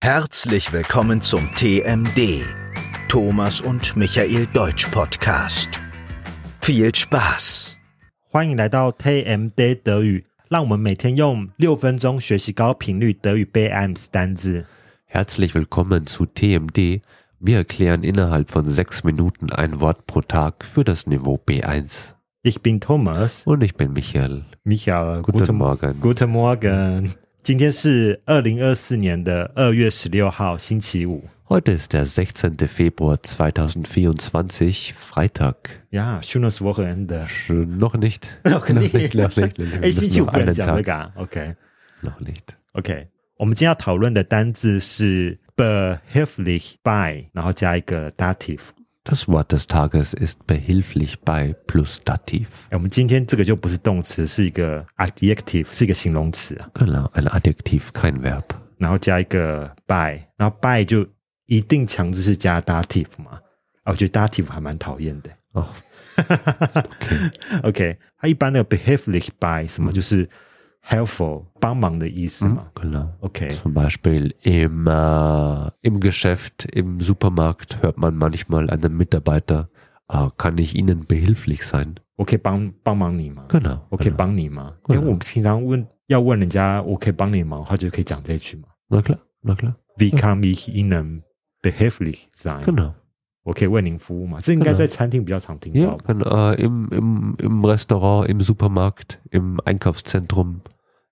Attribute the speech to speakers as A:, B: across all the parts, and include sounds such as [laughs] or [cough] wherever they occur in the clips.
A: Herzlich willkommen zum TMD, Thomas und Michael Deutsch Podcast. Viel Spaß!
B: 欢迎来到 TMD 德语，让我们每天用六分钟学习高频率德语背 IMS 单字。
C: Herzlich willkommen zu TMD. Wir erklären innerhalb von sechs Minuten ein Wort pro Tag für das Niveau B1.
B: Ich bin Thomas，
C: Und ich bin Michael.
B: Michael，
C: Guten Morgen
B: Guten Morgen。今天是二零二四年的二月十六号，星期五。
C: Heute ist der 16. Februar 2024, Freitag.
B: Ja, schönes
C: [laughs]
B: Wochenende.
C: Schon noch nicht.
B: [laughs] Noch nicht.
C: noch nicht. noch nicht.
B: 哎，
C: Wir
B: 星
C: müssen
B: 期五
C: noch
B: 不能
C: einen
B: 讲这
C: Tag.
B: 个啊。OK，OK。
C: Noch nicht.
B: 我们今天要讨论的单字是 behilflich by，然后加一个 dativ。
C: Das Wort des Tages ist behilflich bei plus Dativ.
B: 哎，我们今天这个就不是动词，是一个 adjective，是一个形容词啊。
C: Genau, ein Adjektiv, kein Verb.
B: 然后加一个 by，然后 by 就一定强制是加 dative 嘛？啊，我觉得 dative 还蛮讨厌的。
C: Oh,
B: [laughs] OK，它嗯一般的 behaviorally by 什么就是 helpful 帮忙的意思嘛。
C: genau.
B: OK，
C: Zum Beispiel im, äh, im Geschäft, im Supermarkt hört man manchmal einen Mitarbeiter, äh, kann ich Ihnen behilflich sein?
B: 我可以帮帮忙你吗？
C: Genau.
B: 我可以
C: genau.
B: 帮你吗？因
C: 嗯
B: 为我平常问要问人家我可以帮你吗，他就可以讲这一句嘛。
C: Na klar, na klar.
B: Wie kann ich Ihnen behaviorally sein？
C: Genau.
B: 我可以为您服务吗？这应该
C: 嗯
B: 在餐厅比较常听
C: Ja,
B: 到吧。
C: kann, äh, im, im, im Restaurant, im Supermarkt, im Einkaufszentrum,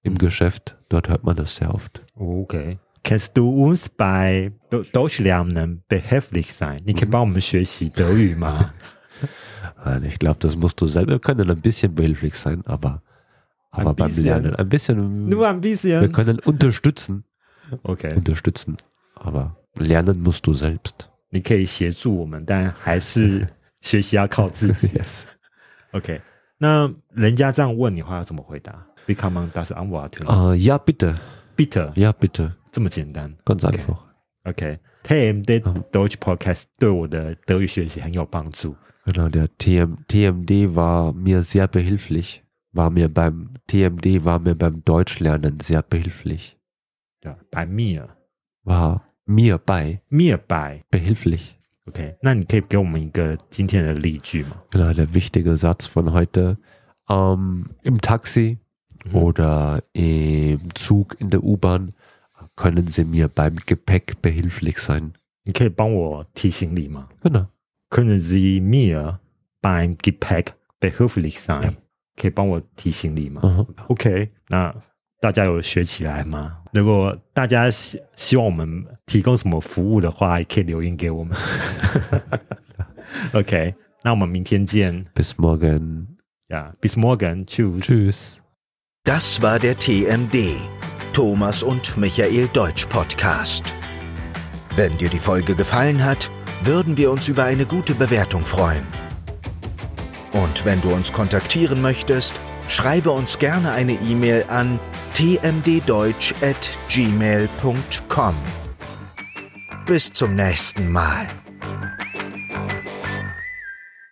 C: im Geschäft, dort hört man das sehr oft.
B: Okay. Kannst du uns bei Do- Deutsch lernen behilflich sein? 你可以帮我们学习德语吗？
C: Nein, ich glaube, das musst du selber können, ein bisschen behilflich sein, aber, aber
B: Ein
C: beim
B: bisschen.
C: Lernen ein bisschen.
B: Nur ein
C: Wir
B: bisschen.
C: können unterstützen,
B: OK，
C: unterstützen, aber lernen musst du selbst.
B: 你可以协助我们，但还是学习要靠自己。
C: Yes.
B: OK，那人家这样问你的话，要怎么回答？Become on das Antwort
C: Äh, ja, bitte.
B: bitte，
C: Ja, bitte.
B: 这么简单。
C: Ganz
B: Okay.
C: einfach.
B: OK，TMD Deutsch Podcast 对我的德语学习很有帮助。
C: Genau, der TM, TMD war mir sehr behilflich. War mir beim TMD war mir beim Deutschlernen sehr behilflich.
B: 对吧，by mir
C: War mir bei
B: mir by
C: behilflich.
B: OK，那你可以给我们一个今天的例句吗？
C: Genau, der wichtige Satz von heute. Ähm, Im Taxi oder im Zug in der U-Bahn können Sie mir beim Gepäck behilflich sein.
B: 你可以帮我提行李吗
C: Genau.
B: ？Können Sie mir beim Gepäck behilflich sein？、可以帮我提行李吗、
C: Aha.
B: o k 那大家有学起来吗？如果大家希希望我们提供什么服务的话，也可以留言给我们。OK，那我们明天见
C: Bis morgen.
B: 呀、yeah,，Bis morgen，tschüss。
C: Tschüss.
A: Das war der TMD, Thomas und Michael Deutsch Podcast. Wenn dir die Folge gefallen hat, würden wir uns über eine gute Bewertung freuen. Und wenn du uns kontaktieren möchtest, schreibe uns gerne eine E-Mail an tmddeutsch.gmail.com. Bis zum nächsten Mal.